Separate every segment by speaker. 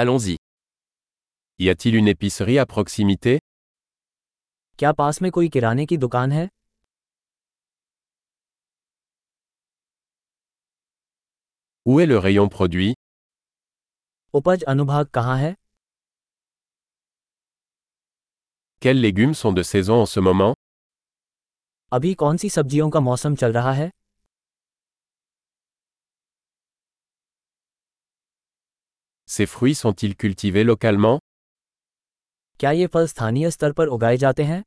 Speaker 1: Allons-y. Y a-t-il une épicerie à proximité
Speaker 2: क्या पास में कोई किराने की दुकान है
Speaker 1: Où est le rayon produit
Speaker 2: उपज अनुभाग कहाँ है
Speaker 1: Quels légumes sont de saison en ce moment
Speaker 2: अभी कौन सी सब्जियों का मौसम चल रहा है
Speaker 1: Ces fruits sont-ils cultivés localement
Speaker 2: क्या ये फल स्थानीय स्तर पर उगाए जाते हैं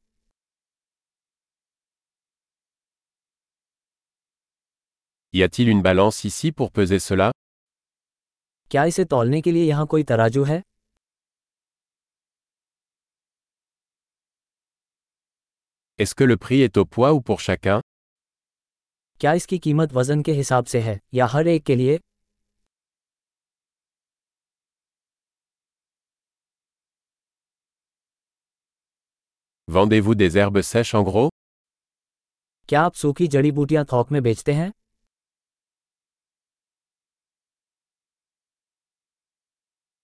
Speaker 1: Y a-t-il une balance ici pour peser cela
Speaker 2: क्या इसे तौलने के लिए यहाँ कोई तराजू है
Speaker 1: Est-ce que le prix est au poids ou pour chacun
Speaker 2: क्या इसकी कीमत वजन के हिसाब से है या हर एक के लिए
Speaker 1: Vendez-vous des herbes sèches en gros
Speaker 2: क्या आप सूखी जड़ी बूटियां थोक में बेचते हैं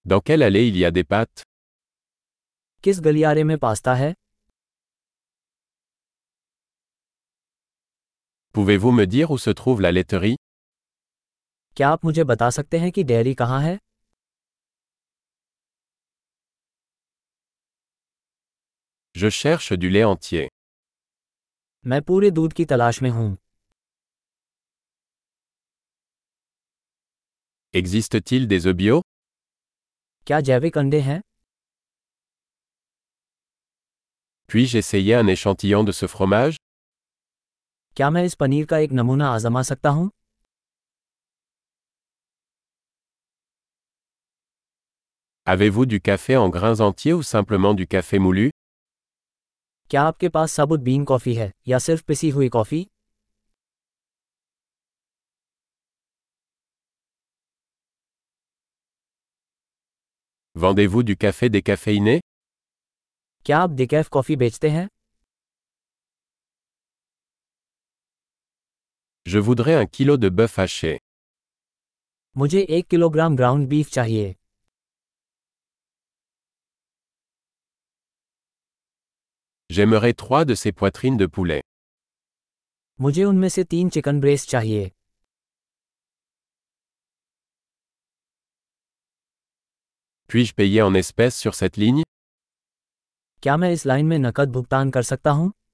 Speaker 1: Dans quelle allée il y a des pâtes
Speaker 2: किस गलियारे में पास्ता है
Speaker 1: Pouvez-vous me dire où se trouve la laiterie
Speaker 2: क्या आप मुझे बता सकते हैं कि डेयरी कहाँ है
Speaker 1: Je cherche du lait entier.
Speaker 2: मैं पूरे दूध की तलाश में हूँ
Speaker 1: Existe-t-il des œufs bio
Speaker 2: क्या जैविक अंडे हैं
Speaker 1: Puis-je essayer un échantillon de ce fromage
Speaker 2: क्या मैं इस पनीर का एक नमूना आजमा सकता हूँ
Speaker 1: Avez-vous du café en grains entiers ou simplement du café moulu
Speaker 2: क्या आपके पास साबुत बीन कॉफ़ी है या सिर्फ पिसी हुई कॉफ़ी
Speaker 1: Vendez-vous du café décaféiné
Speaker 2: क्या आप डिकैफ कॉफ़ी बेचते हैं
Speaker 1: Je voudrais un kilo de bœuf haché.
Speaker 2: मुझे एक किलोग्राम ग्राउंड बीफ चाहिए
Speaker 1: J'aimerais trois de ces poitrines de poulet.
Speaker 2: मुझे उनमें से तीन चिकन ब्रेस्ट चाहिए
Speaker 1: Puis-je payer en espèces sur cette ligne
Speaker 2: क्या मैं इस लाइन में नकद भुगतान कर सकता हूँ